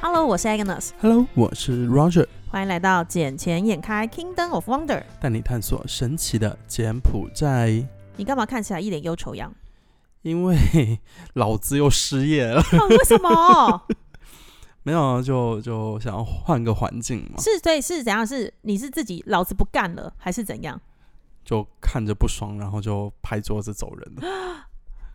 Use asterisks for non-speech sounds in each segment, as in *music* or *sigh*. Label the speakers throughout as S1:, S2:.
S1: Hello，我是 Agnes，
S2: Hello，我是 Roger，
S1: 欢迎来到《捡钱眼开 Kingdom of Wonder》。
S2: 带你探索神奇的柬埔寨。
S1: 你干嘛看起来一脸忧愁样？
S2: 因为 *laughs* 老子又失业了， *laughs*
S1: 哦为什么？
S2: 没有啊就就想要换个环境嘛，
S1: 是对是怎样？是你是自己老子不干了，还是怎样？
S2: 就看着不爽，然后就拍桌子走人了。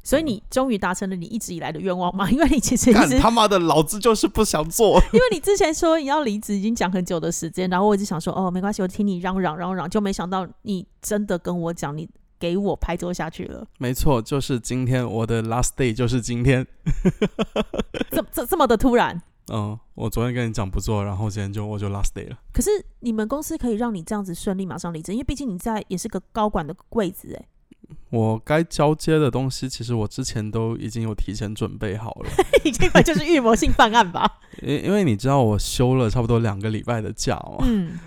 S1: 所以你终于达成了你一直以来的愿望吗？ *laughs* 因为你其实一
S2: 干
S1: 直，
S2: 他妈的，老子就是不想做。
S1: 因为你之前说你要离职，已经讲很久的时间，然后我一直想说，哦，没关系，我听你嚷嚷嚷嚷，就没想到你真的跟我讲，你给我拍桌下去了，
S2: 没错，就是今天我的 last day，就是今天。
S1: 这这这么的突然。
S2: 嗯，我昨天跟你讲不做，然后今天就我就 last day 了。
S1: 可是你们公司可以让你这样子顺利马上离职，因为毕竟你在也是个高管的位置、欸，
S2: 我该交接的东西，其实我之前都已经有提前准备好了。
S1: *laughs* 你这块就是预谋性犯案
S2: *laughs*
S1: 吧？
S2: 因因为你知道我休了差不多两个礼拜的假嘛，
S1: 嗯，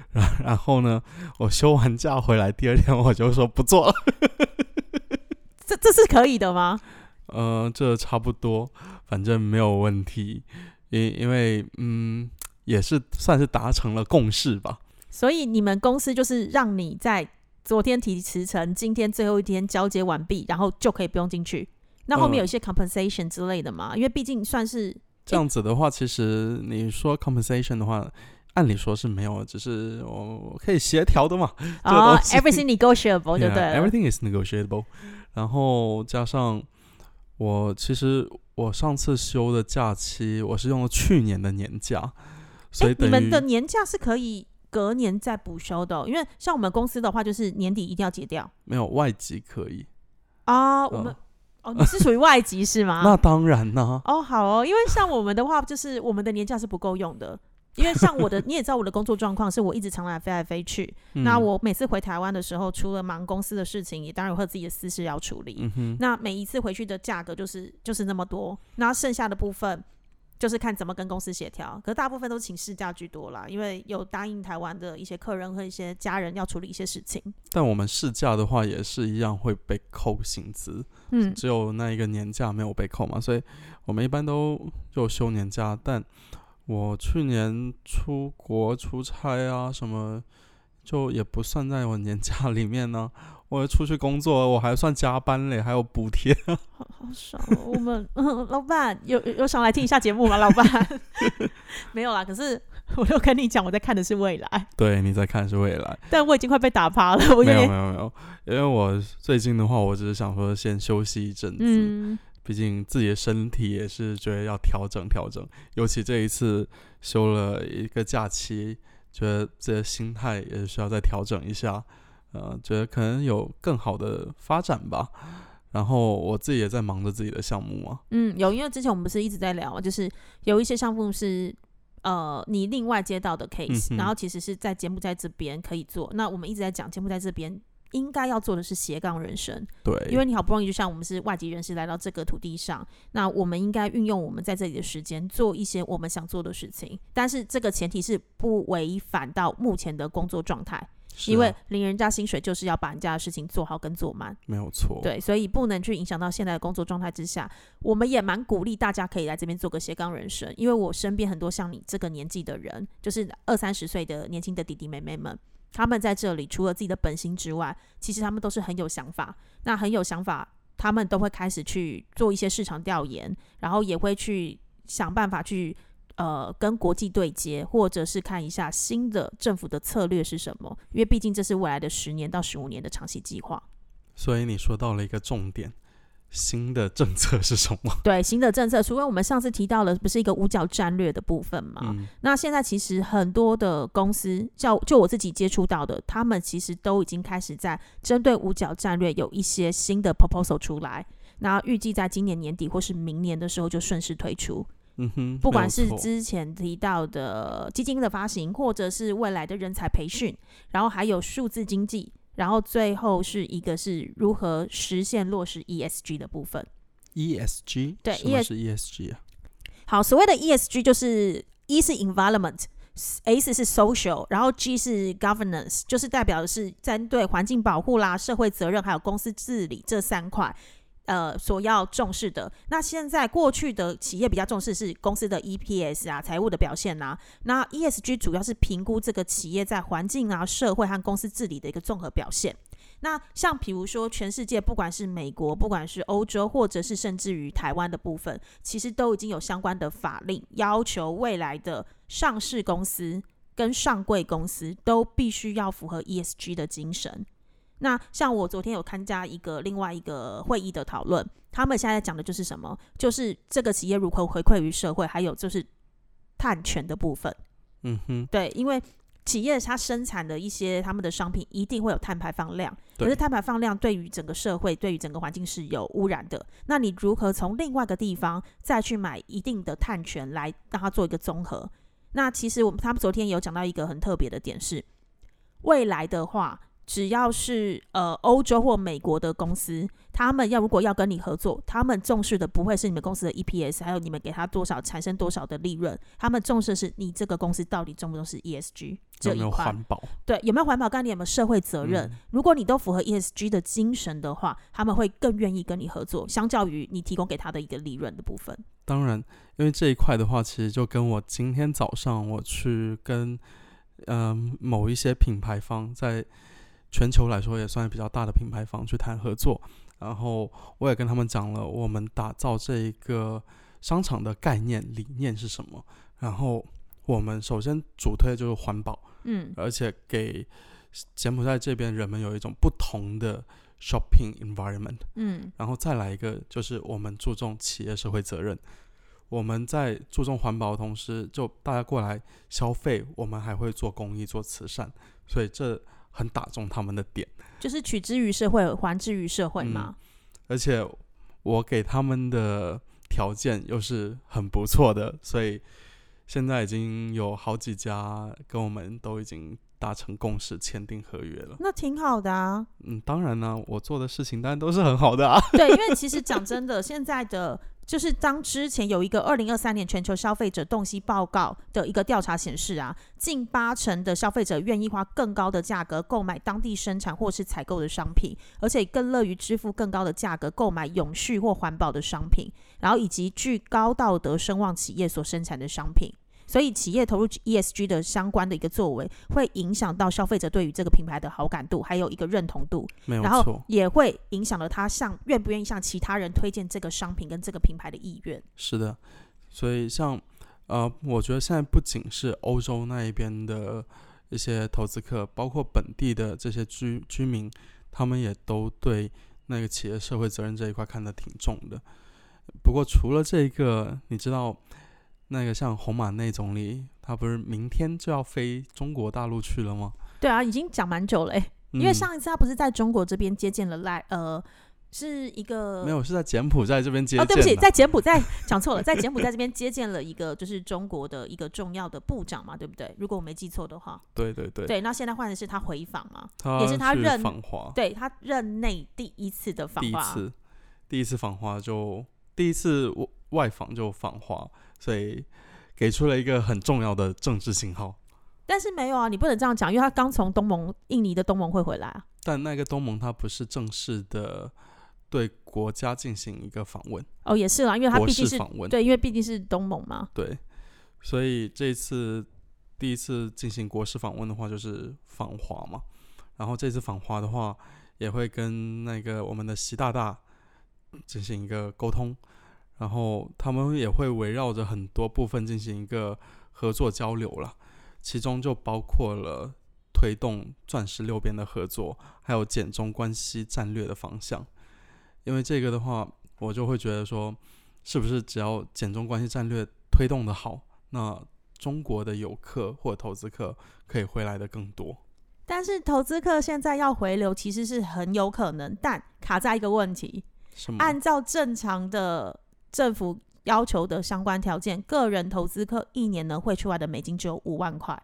S2: 然后呢，我休完假回来，第二天我就说不做了。 *laughs*
S1: 这这是可以的吗？
S2: 呃，这差不多，反正没有问题。因因为嗯，也是算是达成了共识吧。
S1: 所以你们公司就是让你在昨天提辞呈，今天最后一天交接完毕，然后就可以不用进去。那后面有一
S2: 嗯
S1: 些 compensation 之类的嘛？因为毕竟算是
S2: 这样子的话，其实你说 compensation 的话，按理说是没有，只是我我可以协调的嘛。这个
S1: 啊、
S2: 东
S1: *laughs*
S2: 西
S1: e v e r y t h i n g negotiable 就对
S2: *laughs* Yeah,
S1: 了。
S2: everything is negotiable。然后加上我，其实我上次休的假期，我是用了去年的年假，所以
S1: 哎，你
S2: 等
S1: 们
S2: 于
S1: 的年假是可以隔年再补休的哦、因为像我们公司的话，就是年底一定要结掉
S2: 没有外籍可以。
S1: 啊。我们、哦，啊你是属于外籍是吗？
S2: 嗯 *laughs* 那当然啦、
S1: 哦，好哦，因为像我们的话，就是我们的年假是不够用的。因为像我的，你也知道我的工作状况，是我一直常来飞来飞去。
S2: 嗯
S1: 那我每次回台湾的时候，除了忙公司的事情，也当然会有自己的私事要处理。
S2: 嗯哼，
S1: 那每一次回去的价格就是就是那么多，那剩下的部分就是看怎么跟公司协调。可是大部分都是请事假居多啦，因为有答应台湾的一些客人和一些家人要处理一些事情。
S2: 但我们试假的话也是一样会被扣薪资，
S1: 嗯，
S2: 只有那一个年假没有被扣嘛，所以我们一般都就休年假。但我去年出国出差啊什么，就也不算在我年假里面呢、 *laughs* 我出去工作，我还算加班嘞，还有补贴。
S1: 好好爽、哦！我们、 *laughs* 嗯、老板有有有想来听一下节目吗？老板 *laughs* 没有啦，可是我都跟你讲，我在看的是未来，
S2: 对，你在看是未来。
S1: 但我已经快被打趴了，我
S2: 没
S1: 有
S2: 有
S1: 点
S2: 没有没有，因为我最近的话，我只是想说先休息一阵子，
S1: 嗯，
S2: 毕竟自己的身体也是觉得要调整调整，尤其这一次休了一个假期，觉得自己的心态也需要再调整一下，呃，觉得可能有更好的发展吧。然后我自己也在忙着自己的项目嘛，
S1: 嗯，有，因为之前我们不是一直在聊嘛，就是有一些项目是呃你另外接到的 case，、
S2: 嗯哼
S1: 然后其实是在柬埔寨这边可以做。那我们一直在讲柬埔寨这边。应该要做的是斜杠人生，
S2: 对，
S1: 因为你好不容易就像我们是外籍人士来到这个土地上，那我们应该运用我们在这里的时间做一些我们想做的事情，但是这个前提是不违反到目前的工作状态，
S2: 是啊
S1: 因为领人家薪水就是要把人家的事情做好跟做满，
S2: 没有错，
S1: 对，所以不能去影响到现在的工作状态之下，我们也蛮鼓励大家可以来这边做个斜杠人生，因为我身边很多像你这个年纪的人，就是二三十岁的年轻的弟弟妹妹们，他们在这里除了自己的本心之外，其实他们都是很有想法，那很有想法，他们都会开始去做一些市场调研，然后也会去想办法去。呃，跟国际对接，或者是看一下新的政府的策略是什么，因为毕竟这是未来的十年到十五年的长期计划。
S2: 所以你说到了一个重点，新的政策是什么？ *laughs*
S1: 对新的政策，除了我们上次提到了，不是一个五角战略的部分嘛？
S2: 嗯，
S1: 那现在其实很多的公司，叫就我自己接触到的，他们其实都已经开始在针对五角战略有一些新的 proposal 出来，那预计在今年年底或是明年的时候就顺势推出。
S2: 嗯哼，
S1: 不
S2: 没
S1: 管
S2: 有
S1: 是
S2: 错
S1: 之前提到的基金的发行，或者是未来的人才培训，然后还有数字经济，然后最后是一个是如何实现落实 ESG 的部分。
S2: ESG，
S1: 对
S2: ，E
S1: ，E
S2: 什么
S1: ES
S2: 是 ESG 啊？
S1: 好，所谓的 ESG 就是 E 是 environment，S 是 social，然后 G 是 governance，就是代表的是针对环境保护啦、社会责任还有公司治理这三块。呃所要重视的。那现在过去的企业比较重视是公司的 EPS 啊、财务的表现啊，那 ESG 主要是评估这个企业在环境啊、社会和公司治理的一个综合表现。那像比如说，全世界不管是美国，不管是欧洲，或者是甚至于台湾的部分，其实都已经有相关的法令要求未来的上市公司跟上柜公司都必须要符合 ESG 的精神。那像我昨天有参加一个另外一个会议的讨论，他们现在讲的就是什么？就是这个企业如何回馈于社会，还有就是碳权的部分。
S2: 嗯哼，
S1: 对，因为企业它生产的一些他们的商品一定会有碳排放量，
S2: 对
S1: 可是碳排放量对于整个社会、对于整个环境是有污染的。那你如何从另外一个地方再去买一定的碳权来让它做一个综合？那其实我们他们昨天有讲到一个很特别的点是，未来的话，只要是呃欧洲或美国的公司，他们要如果要跟你合作，他们重视的不会是你们公司的 EPS，还有你们给他多少产生多少的利润，他们重视的是你这个公司到底重不重视 ESG 这
S2: 有
S1: 一
S2: 没有
S1: 块。
S2: 环嗯保？
S1: 对，有没有环保概念，有没有社会责任？如果你都符合 ESG 的精神的话，他们会更愿意跟你合作，相较于你提供给他的一个利润的部分。
S2: 当然，因为这一块的话，其实就跟我今天早上我去跟嗯、某一些品牌方，在全球来说也算比较大的品牌方去谈合作，然后我也跟他们讲了我们打造这一个商场的概念理念是什么，然后我们首先主推就是环保，
S1: 嗯，
S2: 而且给柬埔寨这边人们有一种不同的 shopping environment。
S1: 嗯，
S2: 然后再来一个就是我们注重企业社会责任。我们在注重环保的同时，就大家过来消费，我们还会做公益、做慈善，所以这很打中他们的点。
S1: 就是取之于社会，还之于社会嘛。
S2: 而且我给他们的条件又是很不错的，所以现在已经有好几家跟我们都已经达成共识，签订合约了。
S1: 那挺好的啊，
S2: 嗯，当然呢、我做的事情当然都是很好的啊。
S1: *laughs* 对，因为其实讲真的，现在的就是当之前有一个二零二三年全球消费者洞悉报告的一个调查显示啊，近八成的消费者愿意花更高的价格购买当地生产或是采购的商品，而且更乐于支付更高的价格购买永续或环保的商品，然后以及具高道德声望企业所生产的商品。所以，企业投入 ESG 的相关的一个作为，会影响到消费者对于这个品牌的好感度，还有一个认同度。
S2: 没有
S1: 然后
S2: 错，
S1: 也会影响了他向愿不愿意向其他人推荐这个商品跟这个品牌的意愿。
S2: 是的，所以像呃，我觉得现在不仅是欧洲那一边的一些投资客，包括本地的这些居居民，他们也都对那个企业社会责任这一块看得挺重的。不过除了这个，你知道那个像红马内总理，他不是明天就要飞中国大陆去了吗？
S1: 对啊，已经讲蛮久了、欸，因为
S2: 嗯
S1: 上一次他不是在中国这边接见了赖呃，是一个
S2: 没有是在柬埔寨这边接见、
S1: 哦，对不起，在柬埔
S2: *laughs*
S1: 寨讲错了，在柬埔寨这边接见了一个就是中国的一个重要的部长嘛，对不对？如果我没记错的话，
S2: 对对对，哦
S1: 对，那现在换的是他回访嘛，
S2: 他
S1: 也是他
S2: 去
S1: 任
S2: 访华，
S1: 对他任内第一次的访
S2: 第一
S1: 华，
S2: 次，第一次访华就第一次外外访就访华，所以给出了一个很重要的政治信号。
S1: 但是没有啊，你不能这样讲，因为他刚从东盟印尼的东盟会回来啊。
S2: 但那个东盟它不是正式的对国家进行一个访问，
S1: 哦，也是啦，因为他
S2: 国
S1: 毕竟
S2: 事
S1: 是
S2: 访问，
S1: 对，因为毕竟是东盟嘛，
S2: 对所以这次第一次进行国事访问的话，就是访华嘛。然后这次访华的话，也会跟那个我们的习大大进行一个沟通，然后他们也会围绕着很多部分进行一个合作交流啦，其中就包括了推动钻石六边的合作，还有简中关系战略的方向。因为这个的话，我就会觉得说，是不是只要简中关系战略推动的好，那中国的游客或投资客可以回来的更多。
S1: 但是投资客现在要回流，其实是很有可能，但卡在一个问题：
S2: 是吗？
S1: 按照正常的政府要求的相关条件，个人投资客一年能汇出来的美金只有五万块。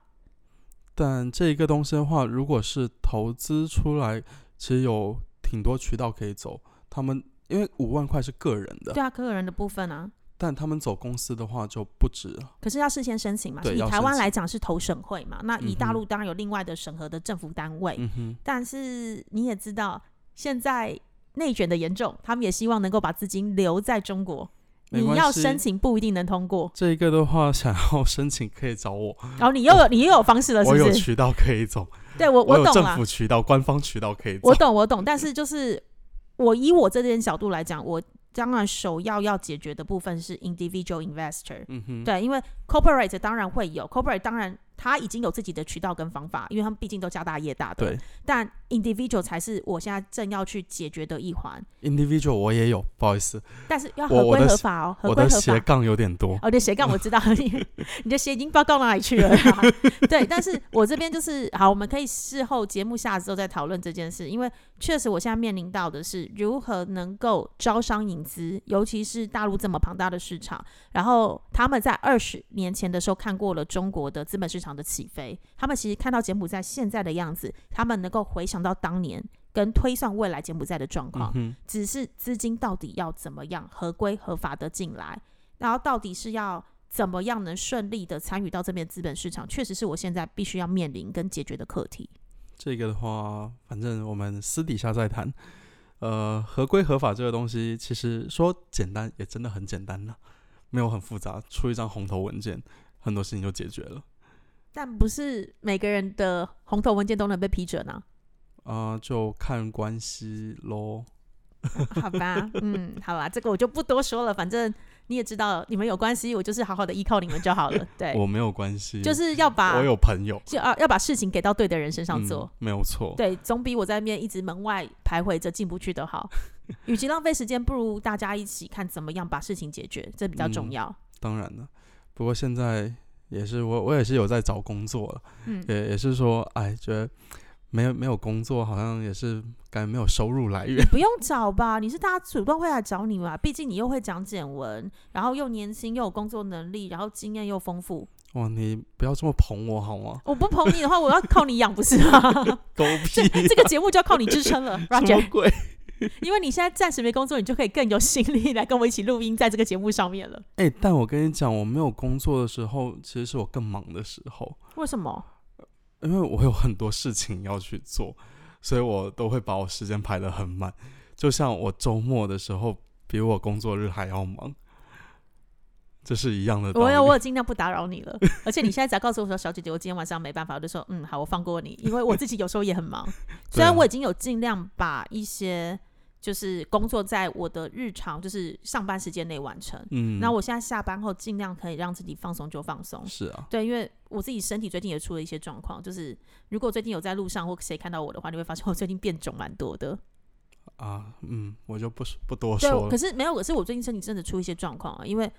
S2: 但这个东西的话，如果是投资出来，其实有挺多渠道可以走。他们因为五万块是个人的，
S1: 对啊，个人的部分啊，
S2: 但他们走公司的话就不止了。
S1: 可是要事先申请嘛。
S2: 对
S1: 以
S2: 要
S1: 台湾
S2: 申请
S1: 来讲是投审会嘛，那以
S2: 嗯哼嗯
S1: 大陆当然有另外的审核的政府单位。
S2: 嗯哼，
S1: 但是你也知道，现在内卷的严重，他们也希望能够把资金留在中国。
S2: 没
S1: 你
S2: 关
S1: 要
S2: 系
S1: 申请不一定能通过，
S2: 这一个的话，想要申请可以
S1: *laughs*
S2: 找我，
S1: 然后你又有你又有方式了，是
S2: 我有
S1: 不是？
S2: 渠道可以走，
S1: 对 *laughs* 我
S2: 我有
S1: 懂
S2: 政
S1: 了，
S2: 府渠道、官方渠道可以走
S1: 我。懂我懂，但是就是我以我这边角度来讲，我当然首要要解决的部分是 individual investor，
S2: 嗯哼，
S1: 对，因为 corporate 当然会有 corporate，当然他已经有自己的渠道跟方法，因为他们毕竟都家大业大的。
S2: 对。
S1: 但 individual 才是我现在正要去解决的一环，
S2: ，individual 我也有，不好意思，
S1: 但是要
S2: 我
S1: 合
S2: 我
S1: 规
S2: 的
S1: 合
S2: 斜
S1: 法哦，合
S2: 我
S1: 规
S2: 的
S1: 合
S2: 斜
S1: 法。
S2: 杠有点多。
S1: 哦，你的斜杠我知道， *laughs* 你你的斜已经不知道到哪里去了 *laughs* 啦。对，但是我这边就是好，我们可以事后节目下之后再讨论这件事，因为确实我现在面临到的是如何能够招商引资，尤其是大陆这么庞大的市场，然后他们在二十年前的时候看过了中国的资本市场的起飞，他们其实看到柬埔寨现在的样子，他们能够回想到当年跟推算未来柬埔寨的状况
S2: 嗯，哼，
S1: 只是资金到底要怎么样合规合法的进来，然后到底是要怎么样能顺利的参与到这边资本市场，确实是我现在必须要面临跟解决的课题。
S2: 这个的话，反正我们私底下再谈。呃，合规合法这个东西，其实说简单也真的很简单啦，没有很复杂，出一张红头文件，很多事情就解决了。
S1: 但不是每个人的红头文件都能被批准啊，
S2: 啊、就看关系喽。
S1: 好吧，嗯，好啦，这个我就不多说了，反正你也知道，你们有关系，我就是好好的依靠你们就好了。对，
S2: 我没有关系，
S1: 哎就是要把
S2: 我有朋友
S1: 就啊要把事情给到对的人身上做。
S2: 嗯，没有错。
S1: 对，总比我在面一直门外徘徊着进不去的好。与其浪费时间，不如大家一起看怎么样把事情解决，这比较重
S2: 嗯
S1: 要。
S2: 当然了，不过现在也是我我也是有在找工作了，
S1: 嗯
S2: 也也是说，哎，觉得没有没有工作，好像也是感觉没有收入来源
S1: 你。不用找吧，你是大家主动会来找你嘛？毕竟你又会讲简文，然后又年轻，又有工作能力，然后经验又丰富。
S2: 哇，你不要这么捧我好吗？
S1: 我不捧你的话，我要靠你养，不是吗？ *laughs*
S2: 狗
S1: 这
S2: 屁， *laughs*
S1: 这个节目就要靠你支 *laughs* 撑了
S2: 什
S1: ，Roger。
S2: 么鬼？
S1: 因为你现在暂时没工作，你就可以更有心力来跟我一起录音，在这个节目上面了。
S2: 哎、但我跟你讲，我没有工作的时候，其实是我更忙的时候，
S1: 为什么？
S2: 因为我有很多事情要去做，所以我都会把我时间排得很满。就像我周末的时候，比我工作日还要忙，这是一样的道理。
S1: 我有，我有尽量不打扰你了。而且你现在只要告诉我说，小姐姐，我今天晚上没办法，我就说，嗯，好，我放过你，因为我自己有时候也很忙。虽然我已经有尽量把一些就是工作在我的日常，就是上班时间内完成。
S2: 嗯，
S1: 那我现在下班后尽量可以让自己放松就放松。
S2: 是啊，
S1: 对，因为我自己身体最近也出了一些状况，就是如果最近有在路上或谁看到我的话，你会发现我最近变肿蛮多的。
S2: 啊，嗯，我就不说不多
S1: 对，啊
S2: 说
S1: 可
S2: 了。
S1: 是没有，可是我最近身体真的出一些状况啊，因为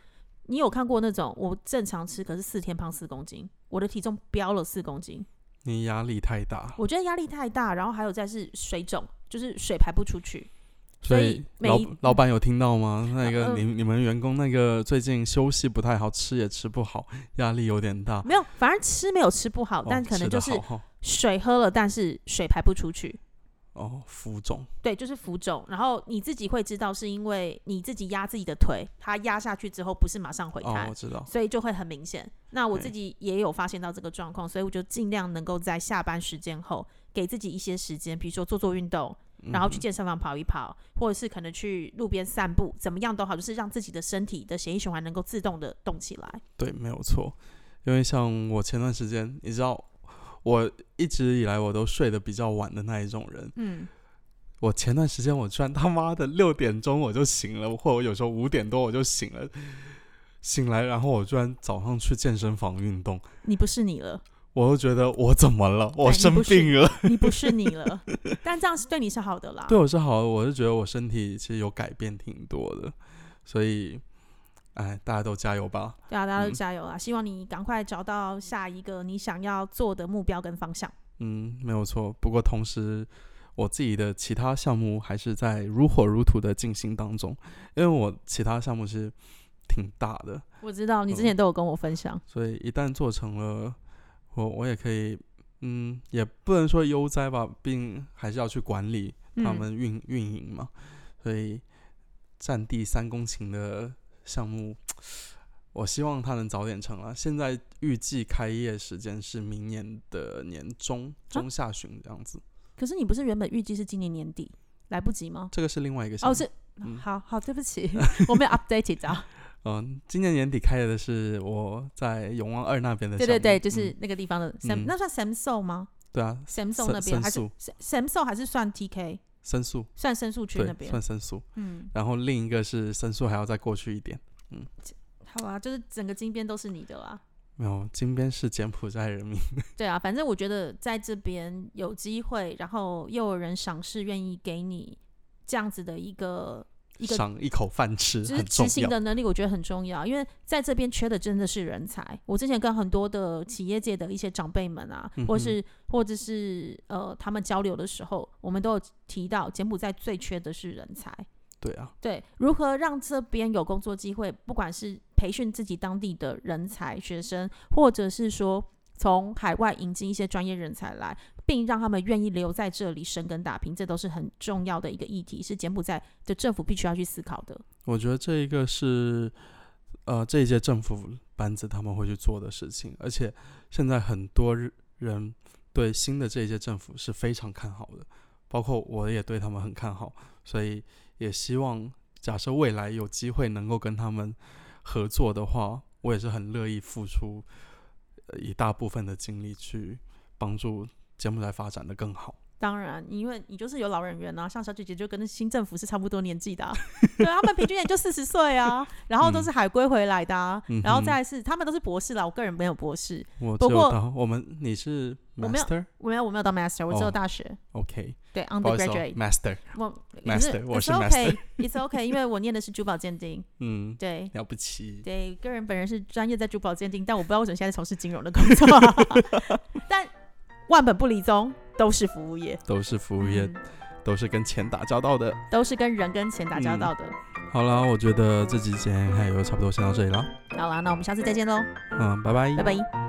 S1: 你有看过那种我正常吃，可是四天胖四公斤，我的体重飙了四公斤，
S2: 你压力太大了，
S1: 我觉得压力太大，然后还有再是水肿，就是水排不出去。所
S2: 所
S1: 以每
S2: 老
S1: 一
S2: 老板有听到吗？那个、
S1: 嗯
S2: 你你们员工那个最近休息不太好，吃也吃不好，压力有点大。
S1: 没有，反正吃没有吃不好，
S2: 哦
S1: 但可能
S2: 吃
S1: 就
S2: 得
S1: 是
S2: 好哈
S1: 水喝了，但是水排不出去，
S2: 哦，浮肿，
S1: 对，就是浮肿。然后你自己会知道，是因为你自己压自己的腿，它压下去之后不是马上回
S2: 哦
S1: 弹，，
S2: 我知道，
S1: 所以就会很明显。那我自
S2: 对
S1: 己也有发现到这个状况，所以我就尽量能够在下班时间后给自己一些时间，比如说做做运动，然后去
S2: 嗯
S1: 健身房跑一跑，或者是可能去路边散步，怎么样都好，就是让自己的身体的血液循环能够自动的动起来。
S2: 对，没有错。因为像我前段时间，你知道，我一直以来我都睡得比较晚的那一种人。
S1: 嗯，
S2: 我前段时间我居然他妈的六点钟我就醒了，或者我有时候五点多我就醒了，醒来然后我居然早上去健身房运动，
S1: 你不是你了，
S2: 我就觉得我怎么了？我
S1: 你
S2: 生
S1: 不是
S2: 病了。 *laughs*
S1: 你不是你了， *laughs* 但这样是对你是好的啦。
S2: 对我是好的，我是觉得我身体其实有改变挺多的，所以，哎，大家都加油吧。
S1: 对啊，大家都
S2: 嗯
S1: 加油啊！希望你赶快找到下一个你想要做的目标跟方向。
S2: 嗯，没有错。不过同时，我自己的其他项目还是在如火如荼的进行当中，因为我其他项目是挺大的，
S1: 我知道你之
S2: 嗯
S1: 前都有跟我分享，
S2: 所以一旦做成了，我我也可以，嗯，也不能说悠哉吧，毕竟还是要去管理他
S1: 嗯
S2: 们运、运营嘛，所以占地三公顷的项目。我希望它能早点成啊！现在预计开业时间是明年的年中中下旬这样子。
S1: 可是你不是原本预计是今年年底？来不及吗？
S2: 这个是另外一个项目。
S1: 哦，是，
S2: 嗯
S1: 好好，对不
S2: *laughs*
S1: 起，我没有 updated 啊。
S2: 嗯，今年年底开的是我在永旺二那边的
S1: 对
S2: 项目。
S1: 对对，就
S2: 嗯
S1: 是那个地方的 Sam，、
S2: 嗯
S1: 那算 Samsung 吗
S2: 对啊，
S1: ？Samsung
S2: 申
S1: 那边还是
S2: 申
S1: Samsung 还是算 TK，
S2: 申诉，
S1: 算申诉区那
S2: 对，
S1: 边？
S2: 算申诉。
S1: 嗯，
S2: 然后另一个是申诉还要再过去一点。
S1: 好啊，就是整个金边都是你的啦。
S2: 没有，金边是柬埔寨人民。
S1: 对啊，反正我觉得在这边有机会，然后又有人赏识，愿意给你这样子的一个一个
S2: 赏一口饭吃
S1: 就是
S2: 很重
S1: 执行
S2: 要。
S1: 的能力，我觉得很重要，因为在这边缺的真的是人才。我之前跟很多的企业界的一些长辈们啊，
S2: 嗯哼
S1: 或是或者是呃，他们交流的时候，我们都有提到，柬埔寨最缺的是人才。
S2: 对啊，
S1: 对，如何让这边有工作机会，不管是培训自己当地的人才、学生，或者是说从海外引进一些专业人才来，并让他们愿意留在这里生根打拼，这都是很重要的一个议题，是柬埔寨的政府必须要去思考的。
S2: 我觉得这一个是呃这一届政府班子他们会去做的事情，而且现在很多日人对新的这一届政府是非常看好的，包括我也对他们很看好，所以也希望假设未来有机会能够跟他们合作的话，我也是很乐意付出呃一大部分的精力去帮助柬埔寨发展的更好。
S1: 当然，因为你就是有老人缘啊，像小姐姐就跟新政府是差不多年纪的啊、 *laughs* 对啊，他们平均也就四十岁啊，然后都是海归回来的、啊，
S2: 嗯
S1: 然后
S2: 哼
S1: 再来是他们都是博士啦，我个人没有博士，
S2: 我只
S1: 不过
S2: 有到我们你是
S1: 我没有
S2: master。
S1: 我没有我没有到 master，我只有
S2: 哦
S1: 大学，
S2: OK，
S1: 对
S2: 不好意思、哦、
S1: undergraduate，
S2: Master，
S1: 我
S2: Master，
S1: 可是
S2: 我是
S1: *laughs* it's OK，It's OK，因为我念的是珠宝鉴定，
S2: 嗯，
S1: 对
S2: 了不起，
S1: 对，个人本人是专业在珠宝鉴定，但我不知道为什么现在从事金融的工作， *laughs* 但万本不离宗，都是服务业，
S2: 都是服务业，
S1: 嗯
S2: 都是跟钱打交道的。
S1: 都是跟人跟钱打
S2: 嗯
S1: 交道的。
S2: 好啦，我觉得这期节目还有差不多先到这里啦，
S1: 好啦，那我们下次再见喽，
S2: 嗯，拜拜
S1: 拜拜。